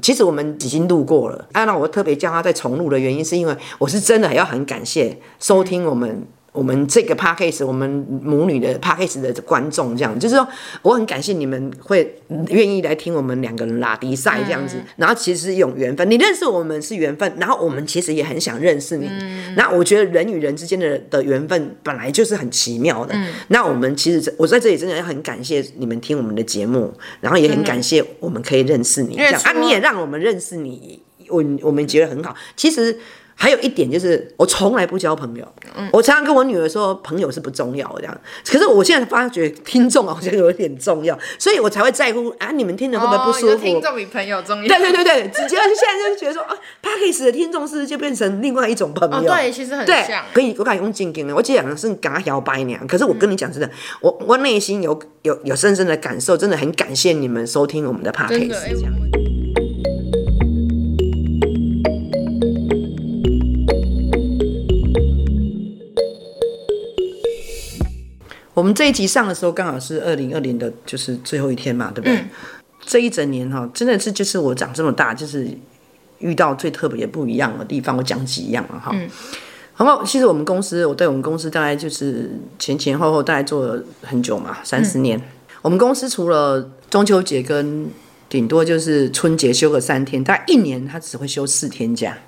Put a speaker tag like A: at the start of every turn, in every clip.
A: 其实我们已经录过了。啊，那我特别叫他再重录的原因，是因为我是真的很要很感谢收听我们。我们这个 p a c k a g e 我们母女的 p a c k a g e 的观众，这样就是说，我很感谢你们会愿意来听我们两个人拉迪赛这样子。然后其实是一种缘分，你认识我们是缘分，然后我们其实也很想认识你。那我觉得人与人之间的的缘分本来就是很奇妙的。那我们其实我在这里真的要很感谢你们听我们的节目，然后也很感谢我们可以认识你这样
B: 认识
A: 啊，
B: 我
A: 你也让我们认识你，我我们觉得很好。其实。还有一点就是，我从来不交朋友。
B: 嗯
A: 我常常跟我女儿说，朋友是不重要的这样。可是我现在发觉，听众好像有点重要，所以我才会在乎啊，你们听了会不会不舒
B: 哦有
A: 服？
B: 听众比朋友重要。
A: 对对对对，直接现在就觉得说啊 p a c k a g e 的听众是不是就变成另外一种朋
B: 哦，
A: 友？
B: 对，其实很
A: 对
B: 像，。
A: 可以，我敢用静音了。我只讲是跟他摇摆呢，可是我跟你讲真的，我我内心有有有深深的感受，真的很感谢你们收听我们的 p a c k a
B: 真
A: g
B: 的，哎
A: e 这样。
B: 我
A: 我们这一集上的时候，刚好是二零二零的，就是最后一天嘛，对不对？这一整年哈，真的是就是我长这么大，就是遇到最特别不一样的地方，我讲几样了哈。然后其实我们公司，我对我们公司大概就是前前后后大概做了很久嘛，三十年。我们公司除了中秋节跟顶多就是春节休个三天，大概一年他只会休四天假。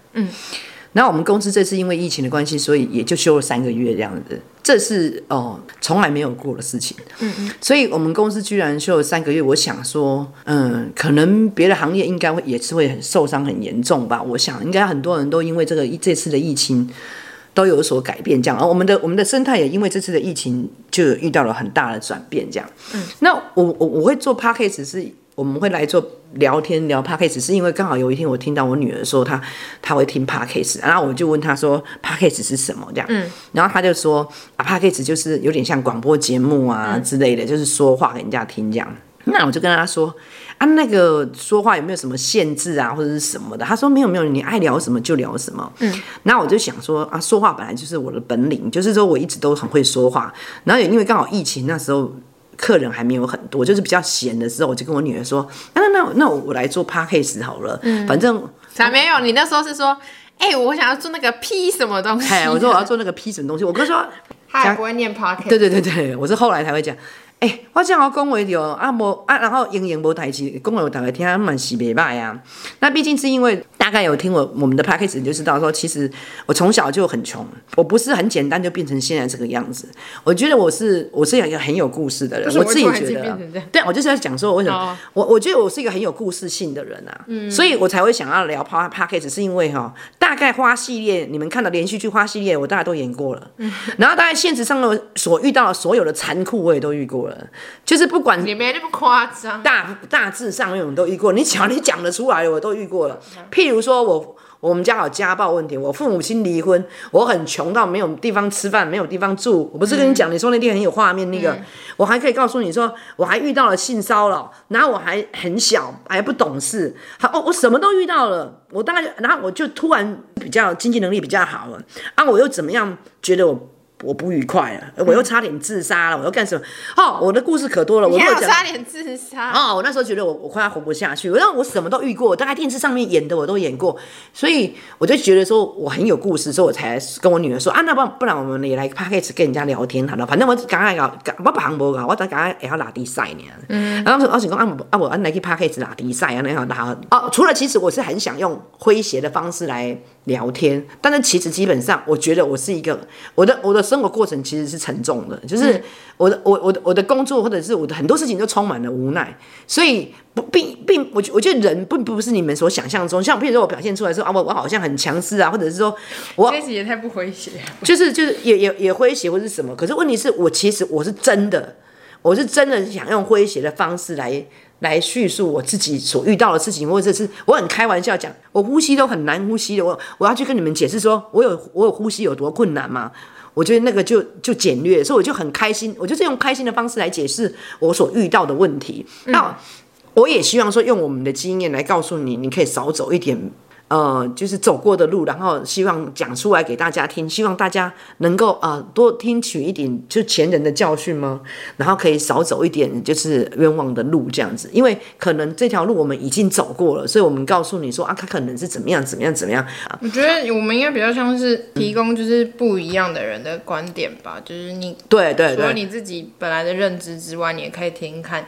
A: 然后我们公司这次因为疫情的关系，所以也就休了三个月这样子，这是哦从来没有过的事情。嗯嗯，所以我们公司居然休了三个月，我想说，嗯，可能别的行业应该会也是会很受伤很严重吧。我想应该很多人都因为这个这次的疫情。都有所改变，这样，而我们的我们的生态也因为这次的疫情就遇到了很大的转变，这样。嗯，那我我我会做 p a c k a g e 是我们会来做聊天聊 p a c k a g e 是因为刚好有一天我听到我女儿说她她会听 p a c k a g e 然后我就问她说 p a c k a g e 是什么这样，嗯，然后她就说啊 p a c k a g e 就是有点像广播节目啊之类的，就是说话给人家听这样。那我就跟她说啊，那个说话有没有什么限制啊，或者是什么的？她说没有没有，你爱聊什么就聊什么。嗯，那我就想说啊，说话本来就是我的本领，就是说我一直都很会说话。然后也因为刚好疫情那时候客人还没有很多，就是比较闲的时候，我就跟我女儿说，啊、那那那我我来做 podcast 好了，反正
B: 才没有，你那时候是说，哎、我想要做那个 P 什么东西？啊
A: 哎，我说我要做那个 P 什么东西，我哥说，
B: 他也不会念 Pocket，
A: 对对对
B: 嗯
A: 对，我是后来才会讲。哎、我这样要恭维哦，啊无啊，然后英英无台词，恭维我大概听蛮是袂歹啊。那毕竟是因为大概有听我我们的 p a c k a g e 你就知道说，其实我从小就很穷，我不是很简单就变成现在这个样子。我觉得我是我是一个很有故事的人，
B: 是
A: 我
B: 我
A: 自己
B: 突然
A: 觉
B: 间
A: 得啊
B: 变成这样，
A: 对，我就是要讲说我为什么、
B: 哦
A: 我我觉得我是一个很有故事性的人啊，所以我才会想要聊 p a p a c k a g e 是因为哈、大概花系列你们看的连续剧花系列，我大概都演过了，然后大概现实上的所遇到的所有的残酷，我也都遇过了，就是不管
B: 也没那么夸张。
A: 大大致上面我们都遇过，你只要你讲得出来，我都遇过了。譬如说我我们家有家暴问题，我父母亲离婚，我很穷到没有地方吃饭，没有地方住。我不是跟你讲，你说那天很有画面那个，我还可以告诉你说，我还遇到了性骚扰，然后我还很小，还不懂事，好哦，我什么都遇到了。我大概，然后我就突然比较经济能力比较好了，啊，我又怎么样？觉得我。我不愉快了，我又差点自杀了，我又干什么？哦，我的故事可多了，我
B: 你
A: 如
B: 还
A: 果
B: 有
A: 讲
B: 差点自杀，
A: 哦，我那时候觉得我我快要活不下去，因为我什么都遇过，大概电视上面演的我都演过，所以我就觉得说我很有故事，所以我才跟我女儿说啊，那不然不然我们也来 p a c k a g e 跟人家聊天好了，反正我刚刚搞，我别行无搞，我才刚刚会晓拉低赛呢。嗯，然后我想讲啊不啊我啊来去 p a c k a g e 拉低赛啊那样拉哦，除了其实我是很想用诙谐的方式来聊天，但是其实基本上我觉得我是一个我的我的生活过程其实是沉重的，就是我的我我的我的工作或者是我的很多事情都充满了无奈，所以不并并我觉我觉得人并不是你们所想象中，像比如说我表现出来说啊我我好像很强势啊，或者是说我
B: 这集也太不诙谐了。
A: 就是就是也也也诙谐或是什么，可是问题是我其实我是真的，我是真的想用诙谐的方式来来叙述我自己所遇到的事情，或者是我很开玩笑讲，我呼吸都很难呼吸的，我我要去跟你们解释说我有我有呼吸有多困难吗？我觉得那个就就简略，所以我就很开心，我就是用开心的方式来解释我所遇到的问题。那我也希望说用我们的经验来告诉你，你可以少走一点。呃，就是走过的路，然后希望讲出来给大家听，希望大家能够啊、呃多听取一点就前人的教训吗？然后可以少走一点就是冤枉的路这样子，因为可能这条路我们已经走过了，所以我们告诉你说啊，它可能是怎么样怎么样怎么样啊，
B: 我觉得我们应该比较像是提供就是不一样的人的观点吧，就是你
A: 对对
B: 除了
A: 对。
B: 你自己本来的认知之外，你也可以听听看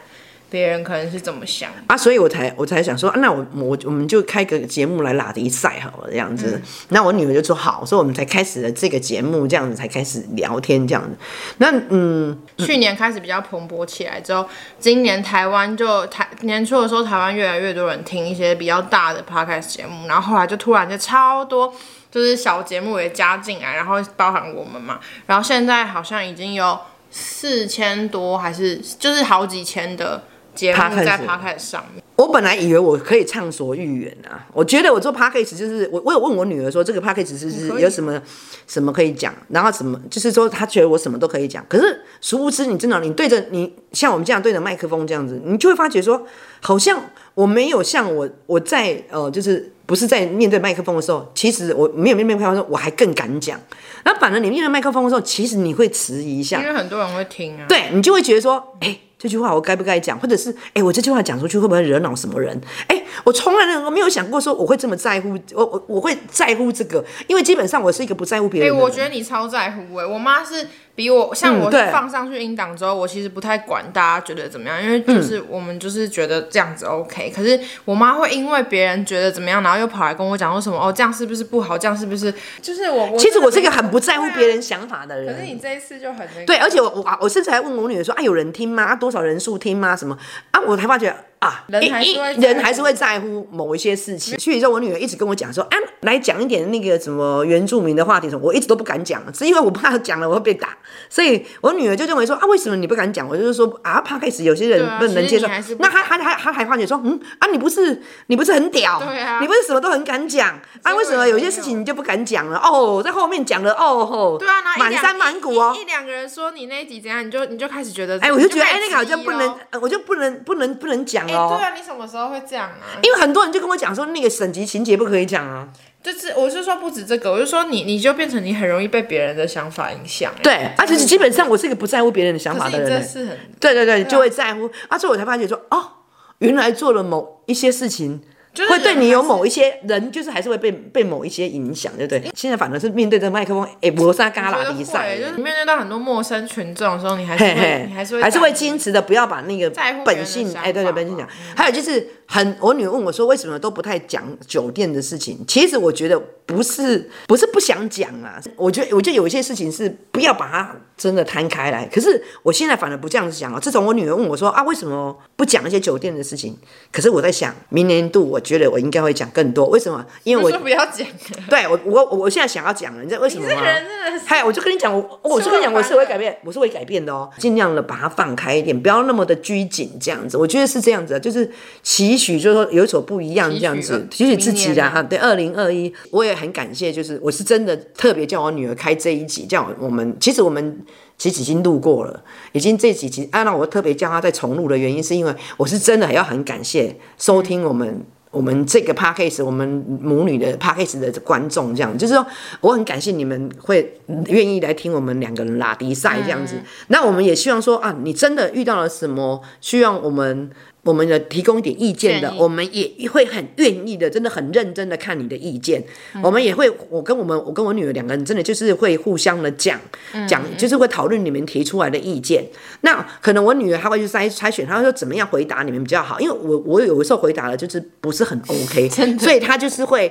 B: 别人可能是怎么想。
A: 啊，所以我才我才想说，啊、那我我我们就开个节目来拉迪赛好了，这样子。那我女儿就说好，所以我们才开始了这个节目，这样子才开始聊天这样子。那嗯，
B: 去年开始比较蓬勃起来之后，今年台湾就台年初的时候，台湾越来越多人听一些比较大的 podcast 节目，然后后来就突然就超多。就是小节目也加进来，然后包含我们嘛，然后现在好像已经有四千多，还是就是好几千的节目
A: Podcast
B: 在 podcast 上面。
A: 我本来以为我可以畅所欲言啊，我觉得我做 p a c k a g e 就是我我有问我女儿说这个 p a c k a g e 是
B: 你可
A: 是
B: 以
A: 有什么什么可以讲，然后什么就是说她觉得我什么都可以讲，可是殊不知你真的你对着你像我们这样对着麦克风这样子，你就会发觉说好像我没有像我我在呃就是。不是在面对麦克风的时候，其实我没有面对麦克风的时候，我还更敢讲。那反而你面对麦克风的时候，其实你会迟疑一下
B: 因，为很多人会听啊。
A: 对你就会觉得说，哎、这句话我该不该讲，或者是哎、我这句话讲出去会不会惹恼什么人？哎、我从来我没有想过说我会这么在乎，我我我会在乎这个，因为基本上我是一个不在乎别
B: 哎、
A: 人的人。
B: 我觉得你超在乎哎、我妈是比我像
A: 嗯
B: 我
A: 对
B: 放上去音档之后，我其实不太管大家觉得怎么样，因为
A: 嗯
B: 就是我们就是觉得这样子 OK、可是我妈会因为别人觉得怎么样，然后又跑来跟我讲说什么哦，这样是不是不好？这样是不是就是我？我
A: 其实我是一个
B: 真的
A: 很不在乎
B: 对啊
A: 别人想法的
B: 没有
A: 人。
B: 可是你这一次就很那个。
A: 对，而且我我我甚至还问我女儿说啊，有人听吗？啊，多少人数听吗？什么啊？我才发觉啊，
B: 人
A: 诶
B: 还是
A: 诶
B: 会在
A: 人
B: 乎
A: 还是会在乎某一些事情。去以后我女儿一直跟我讲说，啊，来讲一点那个什么原住民的话题什么，我一直都不敢讲，是因为我怕讲了我会被打。所以我女儿就认为说啊，为什么你不敢讲？我就是说啊，怕开始有些
B: 对
A: 人
B: 啊
A: 不能
B: 其
A: 接
B: 实你
A: 受。
B: 还是不
A: 那她她她她还发觉说，嗯啊，你不是你不是很屌？
B: 对啊
A: 你不是什么都很敢讲啊？为什么有些事情你就不敢讲了？哦，在后面讲了哦吼，
B: 对啊，然后一
A: 满
B: 两
A: 山满谷哦
B: 一一一两个人说你那一集怎样，你就你就开始觉得，
A: 哎，我就觉得哎，那个好
B: 你
A: 像
B: 就
A: 不
B: 开始
A: 能
B: 质疑咯，
A: 呃我就不能不能不能讲
B: 哎、
A: 哦
B: 对，啊，你什么时候会这样啊？
A: 因为很多人就跟我讲说那个省级情节不可以讲啊。
B: 就是我是说不止这个，我就说你你就变成你很容易被别人的想法影响、欸。
A: 对，而且啊是基本上我是一个不在乎别人的想
B: 可
A: 法
B: 是
A: 的
B: 你
A: 人
B: 这
A: 欸。
B: 是很
A: 对对对，就会在乎，啊，所以我才发觉说哦，原来做了某一些事情。
B: 就是
A: 会对
B: 人
A: 你
B: 还
A: 有
B: 是
A: 某一些人，就是还是会被被某一些影响，对不对？现在反而是面对着麦克风，哎，磨砂嘎
B: 我觉
A: 啦
B: 得
A: 比
B: 会
A: 赛，
B: 就是面对到很多陌生群众的时候，你还是
A: 嘿
B: 会，
A: 嘿
B: 你还是会
A: 还是
B: 在
A: 会
B: 意
A: 矜持的，不要把那个
B: 在乎别人
A: 本
B: 的
A: 性
B: 想
A: 哎，对对，
B: 法
A: 本性讲
B: 吧。
A: 还有就是很，我女儿问我说，为什么都不太讲酒店的事情？其实我觉得不是不是不想讲啊，我觉得我觉得有一些事情是不要把它真的摊开来。可是我现在反而不这样子讲了。自从我女儿问我说啊，为什么不讲一些酒店的事情？可是我在想，明年度我觉得我应该会讲更多。为什么？因为
B: 我
A: 我
B: 说不要讲。
A: 对我我我我现在想要讲了，你知道为什
B: 你
A: 么
B: 这
A: 吗？
B: 个人真的是，
A: 嗨，我就跟你讲，我我就跟你讲，我是会改变，我是会改变的哦，尽量的把它放开一点，不要那么的拘谨，这样子，我觉得是这样子啊，就是期许，就是说有所不一样这样子，
B: 期
A: 期
B: 许
A: 许
B: 啊
A: 自己
B: 明年
A: 啦
B: 啊，
A: 哈，对，二零二一，我也很感谢，就是我是真的特别叫我女儿开这一集，这样我们其实我们。其实已经录过了，已经这几集。按、啊、照我特别叫她再重录的原因，是因为我是真的还要很感谢收听我们我们这个 p a c a s e 我们母女的 p a c a s e 的观众，这样就是说，我很感谢你们会愿意来听我们两个人拉迪赛这样
B: 嗯
A: 子。那我们也希望说啊，你真的遇到了什么需要我们我们的提供一点意见的
B: 建，议
A: 我们也会很愿意的，真的很认真的看你的意见。
B: 嗯
A: 我们也会，我跟我们我跟我女儿两个人真的就是会互相的讲
B: 嗯
A: 讲，就是会讨论你们提出来的意见。那可能我女儿她会去筛筛选，她会说怎么样回答你们比较好，因为我我有时候回答了就是不是很 OK，所以她就是会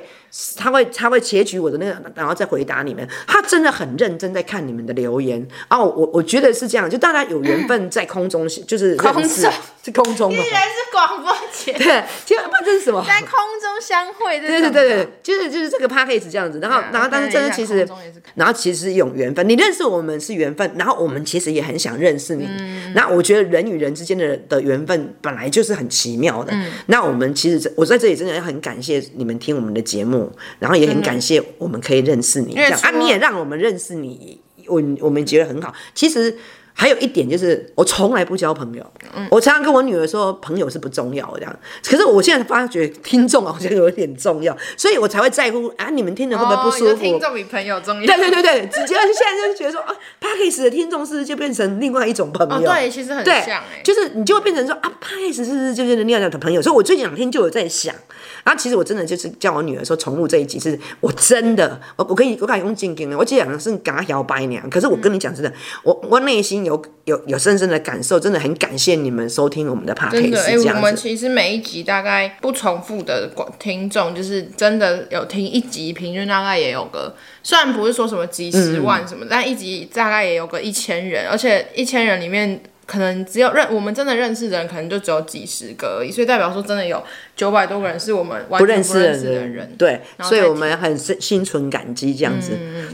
A: 她会她会截取我的那个，然后再回答你们。她真的很认真在看你们的留言哦，我我觉得是这样，就大家有缘分在空中就是
B: 空
A: 认识
B: 中
A: 是空 中嘛，
B: 依然是广播 节
A: 对，结果不知道这是什么。
B: 在空中相会，对
A: 对对对对，就是就是这个 p a c k a g e 这样子，然后、
B: 对啊
A: 然后但是真的
B: 看
A: 其
B: 一下
A: 实
B: 空中也是可以，
A: 然后其实有缘分，你认识我们是缘分，然后我们其实也很想认识你。
B: 嗯
A: 那我觉得人与人之间的的缘分本来就是很奇妙的。
B: 嗯
A: 那我们其实真我在这里真的很感谢你们听我们的节目，然后也很感谢我们可以认识你这
B: 为
A: 样啊，
B: 除了
A: 你也让我们认识你，我我们觉得很好。其实。还有一点就是，我从来不交朋友。
B: 嗯
A: 我常常跟我女儿说，朋友是不重要的这样。可是我现在发觉，听众好像有一点重要，所以我才会在乎啊，你们听了会不会不
B: 哦你
A: 舒
B: 的听
A: 服？
B: 众比朋友重要。
A: 对对对对，直接现在就觉得说，啊 p a c k a g e 的听众是不是就变成另外一种朋
B: 哦，
A: 友？
B: 对，其实很
A: 对
B: 像哎、
A: 就是你就会变成说啊 p a 是不是就是另外一种朋友？所以我最近两天就有在想，然后其实我真的就是叫我女儿说重录这一集是，我真的，我我跟你我敢用静音的，我只想是跟她摇摆呢。可是我跟你讲真的，我我内心有有有深深的感受，真的很感谢你们收听我们的 p a
B: 真
A: c
B: 的，哎、
A: a 这
B: 我
A: 样
B: 们
A: 子。
B: 其实每一集大概不重复的观听众，就是真的有听一集，平均大概也有个，虽然不是说什么几十万什么，但一集大概也有个一千人，而且一千人里面可能只有认我们真的认识的人，可能就只有几十个而已，所以代表说真的有九百多个人是我们完
A: 不
B: 全
A: 认识
B: 不
A: 的
B: 认识的
A: 人，
B: 人。
A: 对，
B: 然后
A: 所以
B: 再嗯
A: 我们很心心存感激这样子。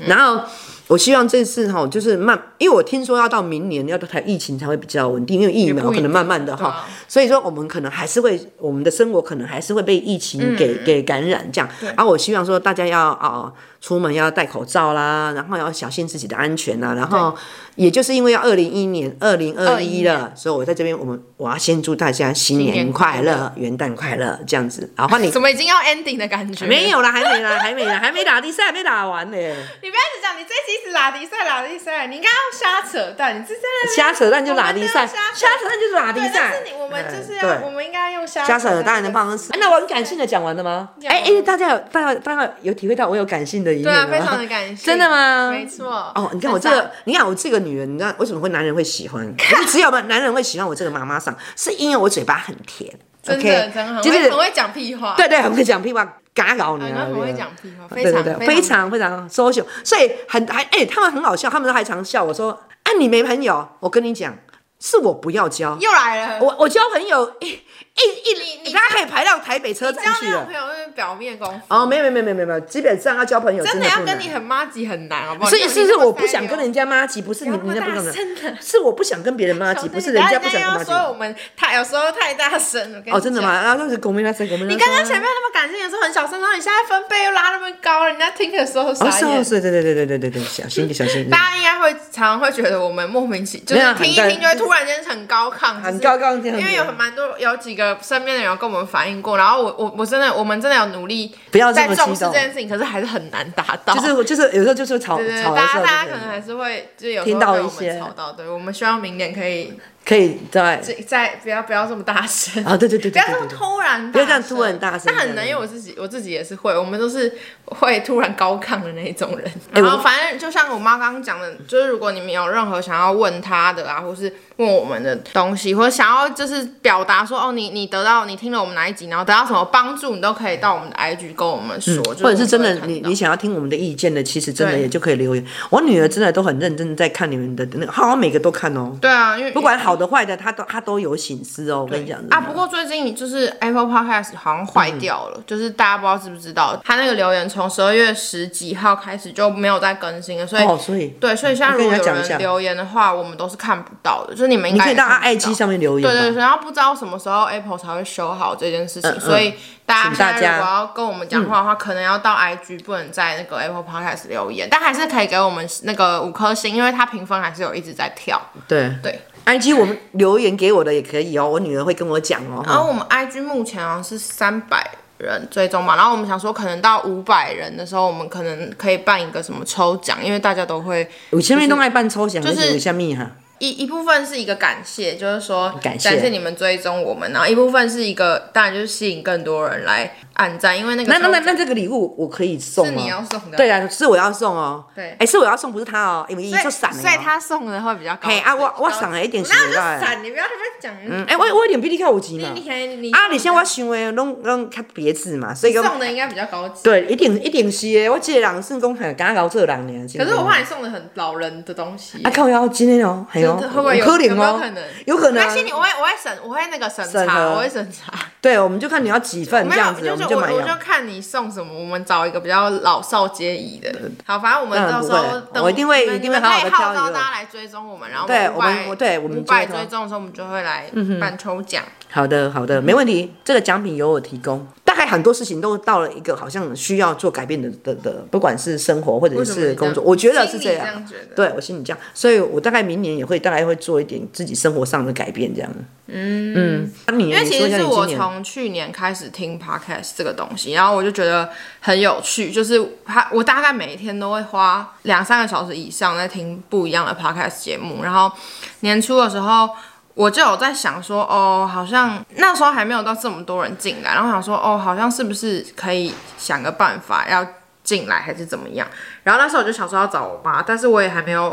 A: 然后我希望这次哈，就是慢，因为我听说要到明年要到台疫情才会比较稳定，因为疫
B: 也不
A: 苗
B: 一
A: 可能慢慢的
B: 定对
A: 哈
B: 啊，
A: 所以说我们可能还是会，我们的生活可能还是会被疫
B: 嗯
A: 情给、给感染这样。然后我希望说大家要啊、呃出门要戴口罩啦，然后要小心自己的安全啦，然后也就是因为要二零一年、二零二一了，所以我在这边我们我要先祝大家新
B: 新
A: 年
B: 年快
A: 快乐、元旦快乐这样子。好，换 你。
B: 怎么已经要 ending 的感觉？
A: 没，有啦，还没啦，还没啦，还没打第赛，还没打完呢、
B: 你不要一直讲，你这一集一直拉迪赛拉迪赛，你应该要瞎扯淡，你这真的
A: 瞎扯淡就打第赛，
B: 我们都要瞎扯
A: 瞎扯淡就是打第
B: 对，但
A: 赛
B: 是。你我们就是
A: 哎
B: 要，
A: 对
B: 我们应该用瞎
A: 瞎扯淡的
B: 方
A: 方式。哎那我很感性的讲完了吗？哎哎，大家有大家大家有体会到我有感性的一面
B: 对啊，
A: 吗？
B: 非常的感谢。
A: 真的吗？
B: 没 错。
A: 哦
B: 哦，
A: 你看我这个，你看我这个女人，你知道为什么会男人会喜欢？可是只有男人会喜欢我这个妈妈桑，是因为我嘴巴很甜。
B: 真的
A: OK，
B: 真的很
A: 就
B: 会
A: 是
B: 很会讲屁话，
A: 对对，很会讲屁话，嘎搞你
B: 啊，
A: 啊！
B: 很
A: 对
B: 会
A: 啊
B: 讲屁话，
A: 对对
B: 非常
A: 对，非
B: 非常
A: 常非常 social，所以很还哎、他们很好笑，他们都还常笑我说啊你没朋友，我跟你讲，是我不要交，
B: 又来了。
A: 我我交朋友一
B: 你
A: 一一，
B: 你
A: 他可以排到台北车站
B: 交
A: 去
B: 那种
A: 了
B: 朋。友就是表面功夫，
A: 哦，没有没有没有没有没有，基本上要交朋友
B: 真
A: 的
B: 的要
A: 不
B: 跟
A: 难。
B: 你很妈吉很难，好不好？
A: 所以
B: 就是你
A: 是
B: 这么
A: 我不想
B: 塞
A: 跟人家妈吉，不是你
B: 不
A: 你那
B: 要那么
A: 不
B: 大声
A: 能，
B: 的
A: 是我不想跟别人妈
B: 溜
A: 吉，
B: 对
A: 不是人家不想
B: 然
A: 跟妈
B: 后人
A: 吉
B: 家。要说我们太有时候太大声了。我跟你
A: 哦，真的
B: 讲？
A: 吗？然后就是狗没拉塞，狗没拉
B: 你刚刚前面那么感性的时候很小声，然后你现在分贝又拉那么高，人家听的时候
A: 哦，
B: 傻
A: 是
B: 眼
A: 哦，。是，对对对对对对对，小心点，小心点。
B: 大家应该会常常会觉得我们莫名其就
A: 没有
B: 是听一
A: 很
B: 听就会突然间很高亢，
A: 很
B: 就是
A: 高亢这样子
B: 因为有很蛮多有几个身边的人跟我们反映过，然后我我我真的我们真的有努力
A: 不要这
B: 在
A: 么
B: 重
A: 激
B: 视
A: 动
B: 这件事情，可是还是很难达到。
A: 就是就是有时候就是吵吵
B: 对
A: 的
B: 对
A: 时
B: 对，
A: 候，
B: 大家大家
A: 对
B: 可能还是会就是有时
A: 听
B: 候
A: 到
B: 被
A: 一
B: 我
A: 些
B: 们吵到，对我们希望明年可以
A: 可以在
B: 再再不要不要这么大声。
A: 啊，对对对
B: 不
A: 对
B: 要这
A: 对
B: 么
A: 对，
B: 突然大声，
A: 不要这样突然大声
B: 那很能，因为我自己我自己也是会，我们都是会突然高亢的那一种人。
A: 哎我
B: 然后反正就像我妈刚刚讲的，就是如果你们有任何想要问她的啊，或是问我们的东西，或者想要就是表达说哦，你你得到你听了我们哪一集，然后得到什么帮助，你都可以到我们的 IG 跟我们说，就
A: 嗯或者是真的
B: 我们会看到
A: 你你想要听我们的意见的，其实真的
B: 对
A: 也就可以留言。我女儿真的都很认真地在看你们的那个，好像每个都看哦，
B: 对啊，因为
A: 不管好的坏的，她都她都有醒思哦。我跟你讲
B: 啊，不过最近就是 Apple Podcast 好像坏掉
A: 嗯
B: 了，就是大家不知道知不知道，它那个留言从十二月十几号开始就没有再更新了，所以
A: 哦，所以
B: 对，所以现在
A: 我
B: 如
A: 跟
B: 果
A: 人
B: 有
A: 家讲一下
B: 人留言的话，我们都是看不到的，就是你们应
A: 你
B: 该
A: 可以
B: 也
A: 到她
B: 看不到
A: IG 上面留言
B: 对对
A: 吧。
B: 对，然后不知道什么时候 Apple 才会修好这件事情，
A: 嗯嗯
B: 所以大家
A: 请大
B: 现在
A: 家嗯
B: 如果要跟我们讲话的话，可能要到 IG，不能在那个 Apple Podcast 留言，但还是可以给我们那个五颗星，因为它评分还是有一直在跳。
A: 对
B: 对，
A: IG 我们留言给我的也可以哦，我女儿会跟我讲哦。
B: 然后
A: 哈
B: 我们 IG 目前好像是三百人追踪嘛，然后我们想说可能到五百人的时候，我们可能可以办一个什么抽奖，因为大家都会
A: 有前面都爱办抽奖，
B: 就是
A: 有下面哈，
B: 一一部分是一个感谢，就是说
A: 感谢
B: 你们追踪我们，然后一部分是一个当然就是吸引更多人来按赞，因为那个
A: 那那那
B: 抽
A: 那这个礼物我可以送
B: 是你要
A: 吗？
B: 送的，
A: 对啊，是我要送哦。
B: 对
A: 哎，是我要送，不是他哦，因为一
B: 所
A: 就
B: 以
A: 闪了哦。
B: 所以他送的会比较高。
A: 嘿啊，我我送了一点是
B: 那
A: 袂
B: 就
A: 歹。
B: 闪，你不要在那边讲。
A: 嗯，哎、我我有点比你较有钱嘛
B: 你。可以你
A: 啊，而且我想的拢拢较别致嘛，所以讲
B: 送的应该比较高级，
A: 对，一定一定是的。我这个人算讲很敢搞做人呢。
B: 可是我
A: 怕
B: 怕你送的很老人的东西
A: 啊，。靠腰真的哦，系哦，
B: 真的会不会有
A: 可
B: 有
A: 能
B: 没有
A: 哦
B: 可能，
A: 有可能
B: 那
A: 啊。
B: 些你我会我会审我会那个审
A: 审
B: 查，
A: 核
B: 我会审查。
A: 对，我们就看你要几份这
B: 没有，
A: 样子，
B: 就
A: 我
B: 是
A: 们
B: 我
A: 就买
B: 我
A: 了
B: 就。看你送什么，我们找一个比较老少皆宜的。好，反正我们
A: 嗯当然
B: 到时
A: 不
B: 候
A: 会
B: 等
A: 我一定会
B: 你们
A: 一定会
B: 你们
A: 好好
B: 可
A: 地
B: 以
A: 挑
B: 号召
A: 一个
B: 大家来追踪我们，然后
A: 对
B: 五百
A: 我们对我们
B: 五百
A: 追踪嗯
B: 追踪的时候，我们就会来办抽奖。
A: 好的，好
B: 嗯
A: 的，没问题。这个奖品由我提供。大概很多事情都到了一个好像需要做改变的的的，不管是生活或者
B: 为什么
A: 是
B: 你这
A: 工
B: 样
A: 作，我觉得是
B: 心里
A: 这
B: 这
A: 样
B: 样觉。得
A: 对我心里这样，所以我大概明年也会大概会做一点自己生活上的改变，这样。嗯嗯，那你
B: 因为
A: 你
B: 其
A: 说一
B: 实
A: 下
B: 是
A: 你今
B: 我
A: 年
B: 从去年开始听 podcast 这个东西，然后我就觉得很有趣，就是它我大概每一天都会花两三个小时以上在听不一样的 podcast 节目，然后年初的时候。我就有在想说，哦，好像那时候还没有到这么多人进来，然后想说，哦，好像是不是可以想个办法要进来，还是怎么样？然后那时候我就想说要找我妈，但是我也还没有，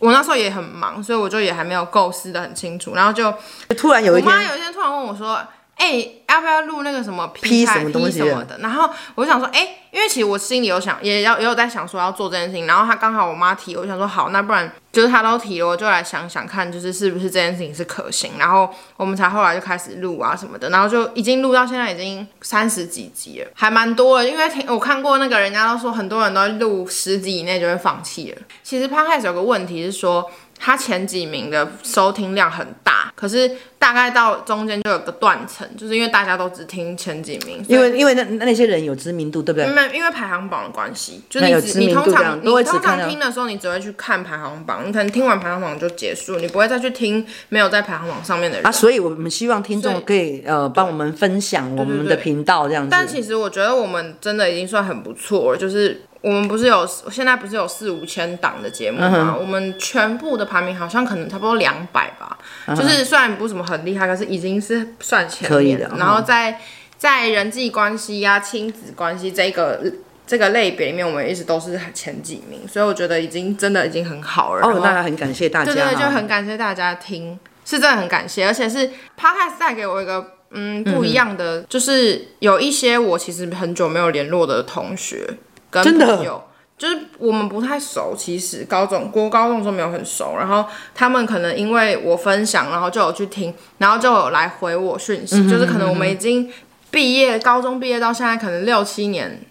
B: 我那时候也很忙，所以我就也还没有构思的很清楚，然后就
A: 突然有一
B: 我
A: 天
B: 妈有一天突然问我说：“哎、要不要录那个什么
A: P
B: 开
A: 什么东
B: P
A: 西
B: 什么的？”然后我就想说：“哎、因为其实我心里有想，也要也有在想说要做这件事情。然后她刚好我妈提，我就想说好，那不然就是她都提了，我就来想想看，就是是不是这件事情是可行。然后我们才后来就开始录啊什么的，然后就已经录到现在已经三十几集了，还蛮多了。因为听我看过那个人家都说很多人都录十集以内就会放弃了。其实 Podcast 有个问题是说。它前几名的收听量很大，可是大概到中间就有个断层，就是因为大家都只听前几名，所以
A: 因为因为那那那些人有知名度，对不对？
B: 因为因为排行榜的关系，就
A: 那有
B: 是
A: 知
B: 你
A: 名
B: 你通
A: 度这样
B: 常你
A: 都会
B: 通
A: 只看到
B: 常听的时候，你只会去看排行榜，你可能听完排行榜就结束，你不会再去听没有在排行榜上面的人。
A: 啊，所以我们希望听众可以呃帮我们分享我们的频道这样子。
B: 但其实我觉得我们真的已经算很不错了，就是我们不是有现在不是有四五千档的节目
A: 嗯
B: 吗？我们全部的排名好像可能差不多两百吧，就是虽然不是什么很厉害，可是已经是算前
A: 嗯可以
B: 面
A: 的嗯
B: 然后在在人际关系呀、亲子关系这个。这个类别里面，我们一直都是前几名，所以我觉得已经真的已经很好了。然
A: 哦
B: 后，
A: 那很感谢大家
B: 对
A: 哈，
B: 对，就很感谢大家听，是真的很感谢，而且是 podcast 带给我一个嗯不一样的，就是有一些我其实很久没有联络的同学跟
A: 真的
B: 朋友。就是我们不太熟，其实高中、国高中的时候没有很熟，然后他们可能因为我分享，然后就有去听，然后就有来回我讯
A: 嗯
B: 息，就是可能我们已经毕业，高中毕业到现在可能六七年，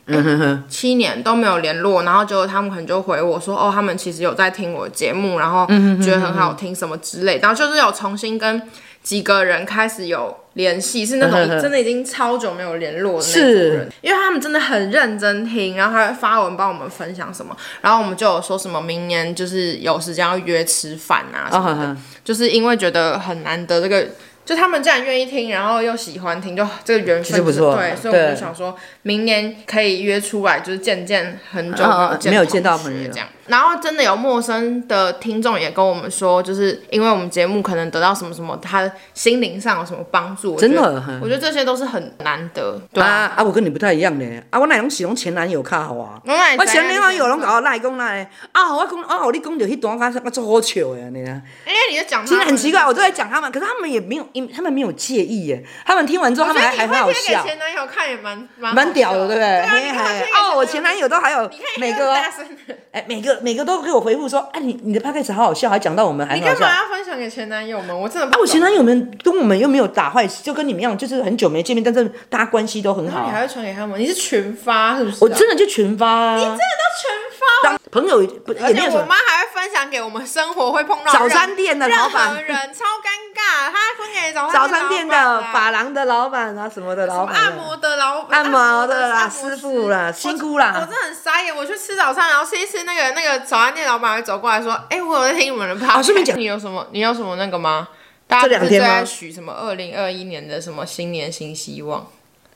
B: 七年都没有联络，然后就他们可能就回我说，哦，他们其实有在听我的节目，然后觉得很好听什么之类，然后就是有重新跟几个人开始有联系，是那种真的已经超久没有联络的那种
A: 是
B: 人，因为他们真的很认真听，然后还会发文帮我们分享什么，然后我们就有说什么明年就是有时间要约吃饭啊什
A: 啊
B: 么
A: 哈
B: 的，
A: 哈，
B: 就是因为觉得很难得这个。就他们竟然愿意听，然后又喜欢听，就这个缘
A: 实
B: 分
A: 不
B: 就是
A: 错啊
B: 对，所以我
A: 对
B: 就想说，明年可以约出来，就是见见很久
A: 啊啊
B: 没
A: 没有
B: 有
A: 见
B: 见
A: 到
B: 同
A: 朋
B: 学
A: 友
B: 这样。然后真的有陌生的听众也跟我们说，就是因为我们节目可能得到什么什么，他心灵上有什么帮助。我
A: 真的
B: 觉得
A: 嗯
B: 我觉得这些都是很难得。对
A: 啊，啊，我跟你不太一样呢，啊，我那种是用前男友较好啊。
B: 我哪会
A: 我
B: 知道
A: 前男友拢甲我赖讲那的，啊，我讲啊，我你讲着迄段，我我做好笑的安尼啊。
B: 因为哎你就讲到
A: 其实很奇怪，我都在讲他们，可是他们也没有，他们没有介意耶。他们听完之后，他
B: 我
A: 们
B: 觉得
A: 还还
B: 你
A: 蛮好
B: 会贴
A: 笑
B: 给，前男友看也蛮蛮
A: 蛮屌的，对不对？
B: 对啊，
A: 嘿
B: 你干嘛
A: 还
B: 贴给
A: 哦，我前男友都还有
B: 你看
A: 每
B: 一
A: 个
B: 大声的，
A: 哎，每个每个都给我回复说，哎，你你的 p o d c a 好好笑，还讲到我们还
B: 你
A: 很好
B: 干
A: 笑。
B: 嘛
A: 啊，
B: 要分享给前男友们？我真的不
A: 我
B: 懂
A: 前男友们跟我们又没有打坏，就跟你们一样，就是很久没见面，但是大家关系都很好
B: 你
A: 啊。
B: 还会传给他们？你是群发是不是啊？
A: 我真的就群发啊，
B: 真的都群发，
A: 当朋友不也
B: 而
A: 没有
B: 且
A: 什
B: 我
A: 么
B: 妈还会分享给我们生活会碰到
A: 早
B: 人
A: 餐店的老
B: 任
A: 板
B: 何人，超尴尬。她分给早
A: 早
B: 餐
A: 餐
B: 店
A: 店
B: 老板
A: 的
B: 啊
A: 发廊的老板啊什么的
B: 什
A: 老
B: 么
A: 板
B: 按
A: 啊，
B: 摩的老
A: 按摩的啊啦
B: 按摩
A: 师傅啦
B: 我
A: 辛苦啦
B: 我真的很傻眼，我去吃早餐，然后吃一吃那个那个早餐店老板还走过来说：“哎、我有在听你们的 p
A: 哦顺便讲
B: 你有什么你有什么那个吗？”大家
A: 这两
B: 不是
A: 天
B: 在
A: 吗
B: 许什么二零二一年的什么新年新希望？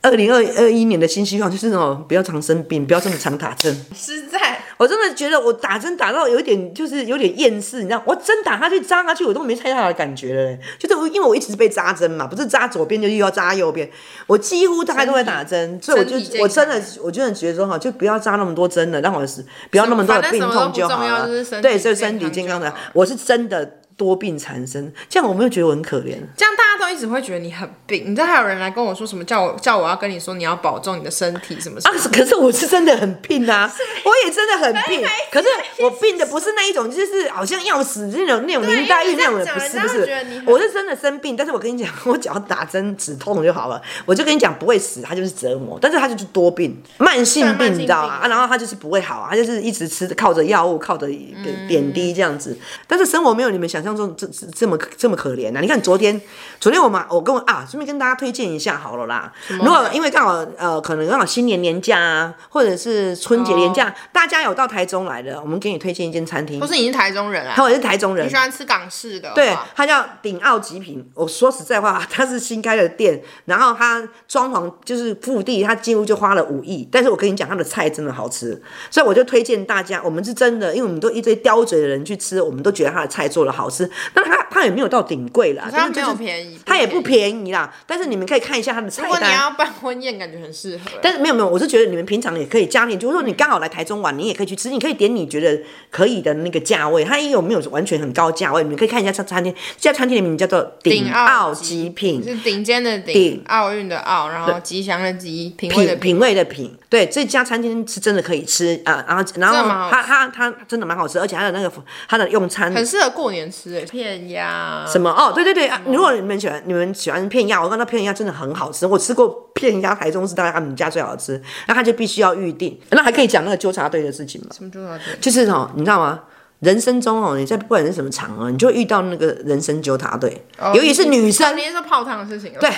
A: 二零二二一年的新希望就是那种不要常生病，不要这么常打针。
B: 是在
A: 我真的觉得我打针打到有一点就是有点厌世，你知道，我针打下去扎下去，我都没太大的感觉了嘞。就是我因为我一直被扎针嘛，不是扎左边就又要扎右边，我几乎大概都在打针，所以我就
B: 嗯身体健康
A: 我真的我真的觉得说哈，就不要扎那么多针了，让我是不要那么多的
B: 反正
A: 病
B: 什么
A: 痛就
B: 都不
A: 好
B: 重要
A: 了。
B: 就是身体
A: 对，就
B: 健
A: 身体
B: 康
A: 健
B: 就
A: 康的
B: 好，
A: 我是真的多病缠身，这样我没有觉得我很可怜。
B: 这样大家都一直会觉得你很病，你知道还有人来跟我说什么叫我叫我要跟你说你要保重你的身体什么什
A: 啊
B: 么，，
A: 可是我是真的很病啊，我也真的很病
B: 没没。
A: 可是我病的不是那一种，就是好像要死那种那种林黛玉那种人，
B: 因
A: 不
B: 为
A: 是
B: 这
A: 不
B: 样讲人家会啊
A: 是
B: 觉得你。很
A: 我是真的生病，但是我跟你讲， 我只要打针止痛就好了。我就跟你讲不会死，它就是折磨，但是它就是多病，慢性
B: 对慢
A: 病，
B: 性
A: 你知道吗？
B: 病
A: 啊，然后它就是不会好，它就是一直吃靠着药物，靠着
B: 嗯
A: 点点滴这样子。但是生活没有你们想象中这这这么这么可怜啊！你看昨天，昨天有嘛，我跟我啊，顺便跟大家推荐一下好了啦。如果因为刚好呃，可能刚好新年年假啊，或者是春节年假，大家有到台中来的，我们给你推荐一间餐厅
B: 哦不。是你是台中人啊
A: 他，也是台中人
B: 你喜，欢吃港式的话，
A: 对，它叫鼎奥极品。我说实在话， 它是新开的店，然后它装潢就是腹地，它几乎就花了五亿。但是我跟你讲，它的菜真的好吃，所以我就推荐大家，我们是真的，因为我们都一堆刁嘴的人去吃，我们都觉得它的菜做的好吃。但它它也没有到顶贵啦，
B: 好像
A: 但是
B: 没
A: 就
B: 有
A: 是
B: 便宜，
A: 它也不
B: 便宜。
A: 便宜啦。但是你们可以看一下它的菜
B: 如果你
A: 单。啊
B: 要办婚宴，感觉很适合。
A: 但是没有没有，我是觉得你们平常也可以家里，就是说你刚好来台中玩，你也可以去吃，你可以点你觉得可以的那个价位，它也有没有完全很高价位，你们可以看一下这餐厅，这家餐厅的名字叫 做鼎奥极品。
B: 是顶尖的
A: 顶
B: 顶，奥运的奥，然后吉祥的吉，品味的
A: 品
B: 品。
A: 品味的品，对这家餐厅是真的可以吃啊，然后然后
B: 真的蛮好吃
A: 它它它真的蛮好吃，而且它的那个它的用餐
B: 很适合过年吃欸诶，片鸭
A: 什么哦，对对对，啊如果你们喜欢你们喜欢片鸭，我看到片鸭真的很好吃，我吃过片鸭，台中是大概他们家最好吃，那它就必须要预定，那还可以讲那个纠察队的事情嘛。
B: 什么猪脑筋，
A: 就是哦，你知道吗？人生中哦，你在不管是什么场合，你就会遇到那个人生纠察队，尤其是女生，
B: 你是说泡汤的事情？
A: 对，，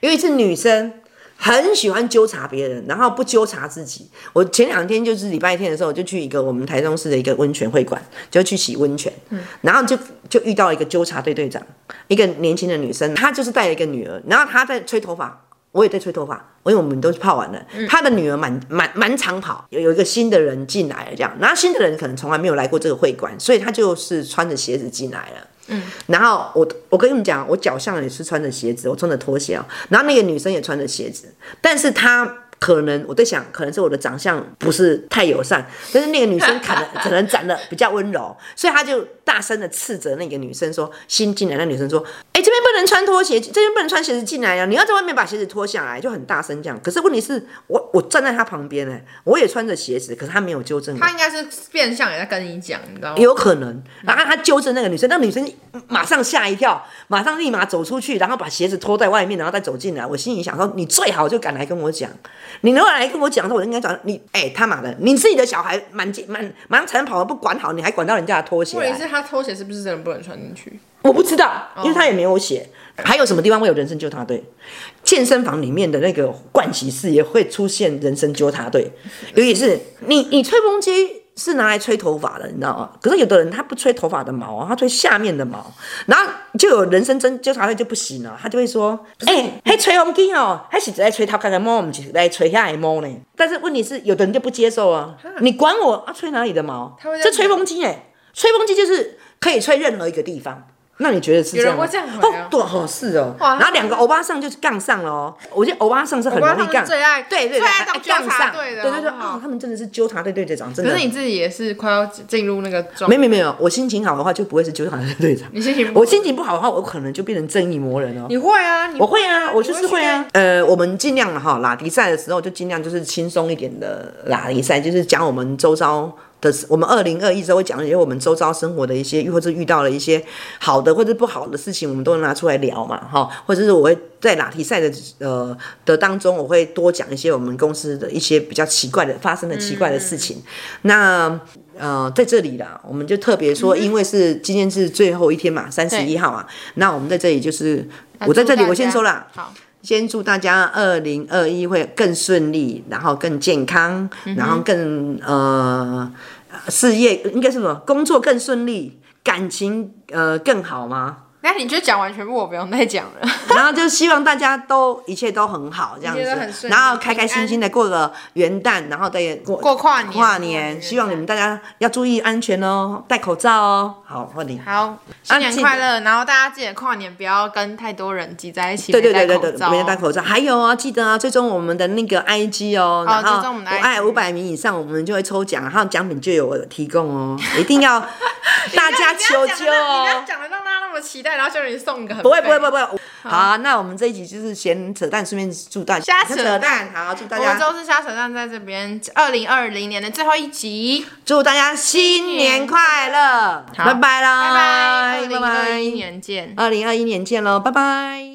A: 尤其是女生。很喜欢纠察别人，然后不纠察自己。我前两天就是礼拜天的时候，我就去一个我们台中市的一个温泉会馆，就去洗温泉，然后就就遇到一个纠察队队长，一个年轻的女生，她就是带了一个女儿，然后她在吹头发，我也在吹头发，因为我们都泡完了，她的女儿满满满场跑，有有一个新的人进来了，这样，然后新的人可能从来没有来过这个会馆，所以她就是穿着鞋子进来了。然后我我跟你们讲，我脚上也是穿着鞋子，我穿着拖鞋哦。然后那个女生也穿着鞋子，但是她可能我在想，可能是我的长相不是太友善，但是那个女生可能可能长得比较温柔，所以她就大声的斥责那个女生说，新进来的女生说，哎、这边不能穿拖鞋，这边不能穿鞋子进来啊，你要在外面把鞋子脱下来，就很大声这样。可是问题是我我站在她旁边呢、我也穿着鞋子，可是她没有纠正我。
B: 他应该是变相也在跟你讲，你知道吗
A: 也？有可能。然后他纠正那个女生，那个女生马上吓一跳，马上立马走出去，然后把鞋子脱在外面，然后再走进来。我心里想说，你最好就敢来跟我讲，你如果来跟我讲的时候，我就应该讲你，哎、他妈的，你自己的小孩满街满满城跑不管好，你还管到人家的拖鞋
B: 或者
A: 来？
B: 是他拖鞋是不是真的不能穿进去？
A: 我不知道，
B: 哦
A: 因为他也没有写。还有什么地方会有人生纠察队？健身房里面的那个盥洗室也会出现人生纠察队，尤其是你你吹风机是拿来吹头发的，你知道吗？可是有的人他不吹头发的毛啊，他吹下面的毛，然后就有人生真纠察队就不行了，他就会说：“哎、还吹风机哦，还是在吹头看看毛，我们是在吹下来毛呢。”但是问题是，有的人就不接受啊，你管我啊，吹哪里的毛
B: 他会？在
A: 这吹风机哎、吹风机就是可以吹任何一个地方。那你觉得是这样吗？
B: 有人会这样回
A: 哦
B: 啊，
A: 对哦，是哦。
B: 哇
A: 然后两个欧巴桑就是杠上了哦。我觉得欧巴桑是很容易
B: 欧巴
A: 杠，
B: 桑是最爱
A: 对对对，
B: 最爱当
A: 哎
B: 纠察
A: 杠上，
B: 队的
A: 对对对，
B: 好不好
A: 哦，他们真的是纠察队队队长，真
B: 可
A: 的
B: 是。你自己也是快要进入那个状
A: 没，有没有没有，我心情好的话就不会是纠察队队长。
B: 你心情不好
A: 我心情不好的话，我可能就变成正义魔人哦。
B: 你会啊？你
A: 我会啊，我就是会
B: 你
A: 啊。呃，我们尽量哈，拉迪赛的时候就尽量就是轻松一点的拉迪赛，就是讲我们周遭的，我们二零二一周会讲一些我们周遭生活的一些，或者遇到了一些好的或者不好的事情，我们都拿出来聊嘛，哈，或者是我会在拉迪赛的呃的当中，我会多讲一些我们公司的一些比较奇怪的发生的奇怪的事情。那呃，在这里啦，我们就特别说，因为是今天是最后一天嘛，三十一号啊，那我们在这里就是，我在这里我先说啦，
B: 好，
A: 先祝大家二零二一会更顺利，然后更健康，然后更呃事业应该是什么？工作更顺利，感情呃更好吗？
B: 那你就讲完全部，我不用再讲了。
A: 然后就希望大家都一切都很好，这样
B: 一切都很
A: 子，
B: 顺利
A: 然后开开心心的过个元旦，然后再过
B: 过跨年
A: 跨
B: 过
A: 年。
B: 年
A: 希望你们大家要注意安全哦，戴口罩哦。好，换你。
B: 好，新年
A: 记得
B: 快乐！然后大家记得跨年不要跟太多人挤在一起，
A: 对对对
B: 没戴
A: 对
B: 口
A: 对，
B: 罩
A: 每天戴口罩。还有啊，记得啊，追踪我们的那个 IG 哦，
B: 哦
A: 然后
B: 追踪我们的
A: 爱
B: IG
A: 五百名以上，我们就会抽奖，然后奖品就有我提供哦，一定 要大家求
B: 哦哎你
A: 救
B: 不要
A: 哦。
B: 讲的让大家那么期待，然后就你送个很
A: 不会不会
B: 废
A: 不会不会，好啊，那我们这一集就是闲扯淡，顺便祝大家
B: 瞎扯
A: 扯淡，好，祝大
B: 我
A: 家
B: 们周四瞎扯淡在这边，二零二零年的最后一集，
A: 祝大家新年快乐，
B: 好
A: 拜拜
B: 拜
A: 啦，
B: 拜，二零二一，年见。
A: 二零二一年见喽，拜拜。